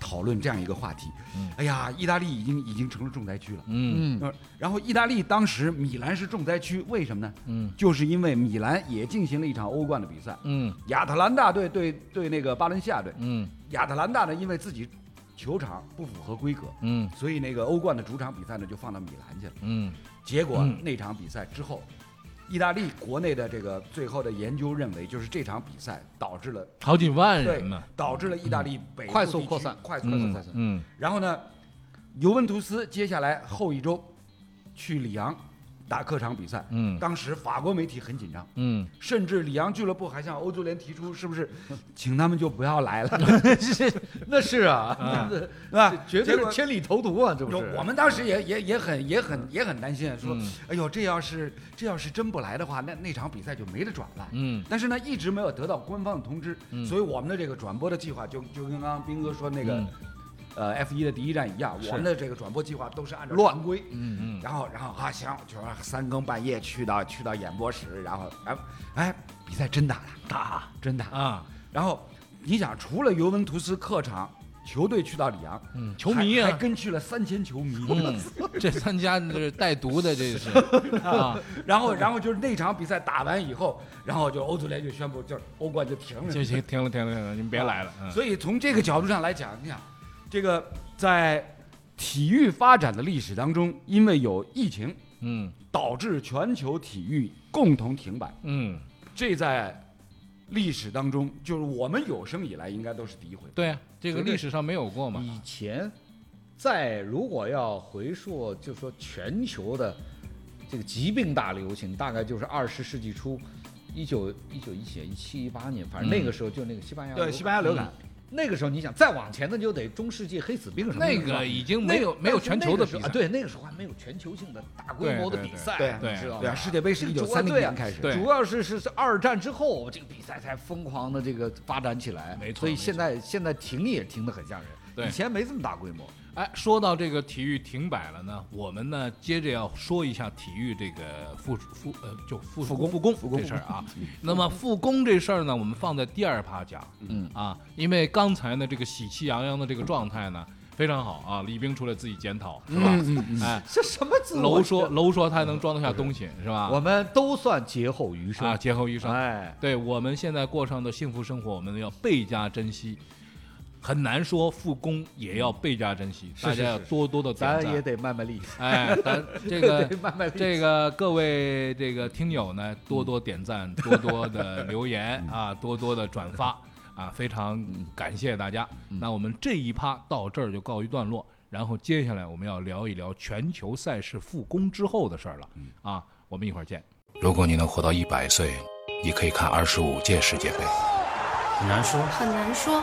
Speaker 6: 讨论这样一个话题，哎呀，意大利已经已经成了重灾区了。
Speaker 4: 嗯
Speaker 5: 嗯，
Speaker 6: 呃然后意大利当时米兰是重灾区，为什么呢？
Speaker 4: 嗯
Speaker 6: 就是因为米兰也进行了一场欧冠的比赛，
Speaker 4: 嗯
Speaker 6: 亚特兰大队对对那个巴伦西亚队，
Speaker 4: 嗯
Speaker 6: 亚特兰大呢因为自己球场不符合规格，
Speaker 4: 嗯
Speaker 6: 所以那个欧冠的主场比赛呢就放到米兰去了。
Speaker 4: 嗯
Speaker 6: 结果
Speaker 4: 嗯
Speaker 6: 那场比赛之后，意大利国内的这个最后的研究认为，就是这场比赛导致了
Speaker 4: 好几万
Speaker 6: 对
Speaker 4: 人呢，
Speaker 6: 导致了意大利北部
Speaker 5: 快速
Speaker 6: 地区
Speaker 5: 扩散
Speaker 6: 快速扩
Speaker 4: 嗯
Speaker 6: 散。
Speaker 4: 嗯
Speaker 6: 然后呢，尤文图斯接下来后一周去里昂打客场比赛。
Speaker 4: 嗯
Speaker 6: 当时法国媒体很紧张，
Speaker 4: 嗯，
Speaker 6: 甚至里昂俱乐部还向欧足联提出，是不是请他们就不要来了？
Speaker 4: (laughs)
Speaker 6: (laughs)
Speaker 5: 那是啊，
Speaker 6: 那
Speaker 5: 那绝
Speaker 6: 结
Speaker 5: 对
Speaker 6: 果
Speaker 5: 是千里投毒啊，这不
Speaker 6: 有
Speaker 5: 是？
Speaker 6: 我们当时也也也很也很也很担心，说
Speaker 4: 嗯，
Speaker 6: 哎呦，这要是这要是真不来的话，那那场比赛就没得转了。
Speaker 4: 嗯，
Speaker 6: 但是呢，一直没有得到官方的通知，
Speaker 4: 嗯
Speaker 6: 所以我们的这个转播的计划就就跟刚刚斌哥说那个，
Speaker 4: 嗯
Speaker 6: 呃，F 一的第一站一样，
Speaker 4: 是
Speaker 6: 我们的这个转播计划都是按照乱规。
Speaker 4: 嗯嗯，
Speaker 6: 然后，然后啊，行，就是三更半夜去到去到演播室，然后，哎，哎，比赛真打了，打，真打。
Speaker 4: 啊，
Speaker 6: 然后，你想，除了尤文图斯客场球队去到里昂，
Speaker 4: 嗯，球迷
Speaker 6: 还还
Speaker 4: 啊，
Speaker 6: 跟去了三千球迷。
Speaker 4: 嗯，这三家这是带毒的，这是啊，
Speaker 6: (laughs) 然后，然后就是那场比赛打完以后，然后就欧足联就宣布，就是欧冠就停
Speaker 4: (laughs)
Speaker 6: 了。
Speaker 4: 行行，停了停了停了，你们别来 (laughs) 了，嗯
Speaker 6: 所以从这个角度上来讲，你想，这个在体育发展的历史当中，因为有疫情
Speaker 4: 嗯
Speaker 6: 导致全球体育共同停摆，
Speaker 4: 嗯，
Speaker 6: 这在历史当中就是我们有生以来应该都是第一回。
Speaker 4: 对啊，这个
Speaker 6: 绝对
Speaker 4: 历史上没有过嘛，
Speaker 5: 以前在如果要回溯，就说全球的这个疾病大流行，大概就是二十世纪初，一九一九一几年、一七一八年，反正那个时候就那个西班牙流感
Speaker 6: 牙流感，
Speaker 5: 那个时候你想再往前，那就得中世纪黑死病什么的
Speaker 4: 那
Speaker 5: 是吧
Speaker 4: 个已经没有
Speaker 5: 那
Speaker 4: 没有
Speaker 5: 但是
Speaker 4: 全
Speaker 5: 那
Speaker 4: 球
Speaker 5: 个
Speaker 4: 的
Speaker 5: 时
Speaker 4: 比赛
Speaker 5: 候啊，，对，那个时候还没有全球性的大规
Speaker 4: 对
Speaker 5: 模的
Speaker 4: 对
Speaker 5: 比赛，
Speaker 6: 对
Speaker 5: 你知道
Speaker 6: 对啊，
Speaker 5: 吧
Speaker 6: 世界杯是一九三零年开始。
Speaker 4: 对
Speaker 5: 啊主要是是是二战之后，这个比赛才疯狂的这个发展起来，
Speaker 4: 没错
Speaker 5: 所以
Speaker 4: 没错
Speaker 5: 现在现在停也停得很吓人，
Speaker 4: 对
Speaker 5: 以前没这么大规模。
Speaker 4: 哎，说到这个体育停摆了呢，我们呢接着要说一下体育这个复复呃就复复工复工复工这事儿啊。 (laughs) 那么复工这事儿呢，我们放在第二趴讲。
Speaker 5: 嗯
Speaker 4: 啊，因为刚才呢这个喜气洋洋的这个状态呢非常好啊，李冰出来自己检讨是吧？哎，
Speaker 5: 这什么自我
Speaker 4: 楼说楼说他能装得下东西是吧？
Speaker 5: 我们都算劫后余生
Speaker 4: 啊，劫后余生。
Speaker 5: 哎，
Speaker 4: 对我们现在过上的幸福生活，我们要倍加珍惜。很难说复工也要倍加珍惜，
Speaker 5: 是
Speaker 4: 大
Speaker 5: 是
Speaker 4: 家要
Speaker 5: 是
Speaker 4: 多多的点
Speaker 5: 咱
Speaker 4: 赞
Speaker 5: 也。得卖卖力，
Speaker 4: 哎，
Speaker 5: (laughs)
Speaker 4: 咱这个
Speaker 5: 得慢慢地
Speaker 4: 这个各位这个听友呢，多多点
Speaker 5: 嗯
Speaker 4: 赞，多多的留言啊，多多的转发啊，非常感谢大家。
Speaker 5: 嗯
Speaker 4: 那我们这一趴到这儿就告一段落，然后接下来我们要聊一聊全球赛事复工之后的事儿了
Speaker 5: 嗯
Speaker 4: 啊，我们一会儿见。
Speaker 1: 如果你能活到一百岁，你可以看二十五届世界杯。
Speaker 2: 很难说，
Speaker 3: 很难说，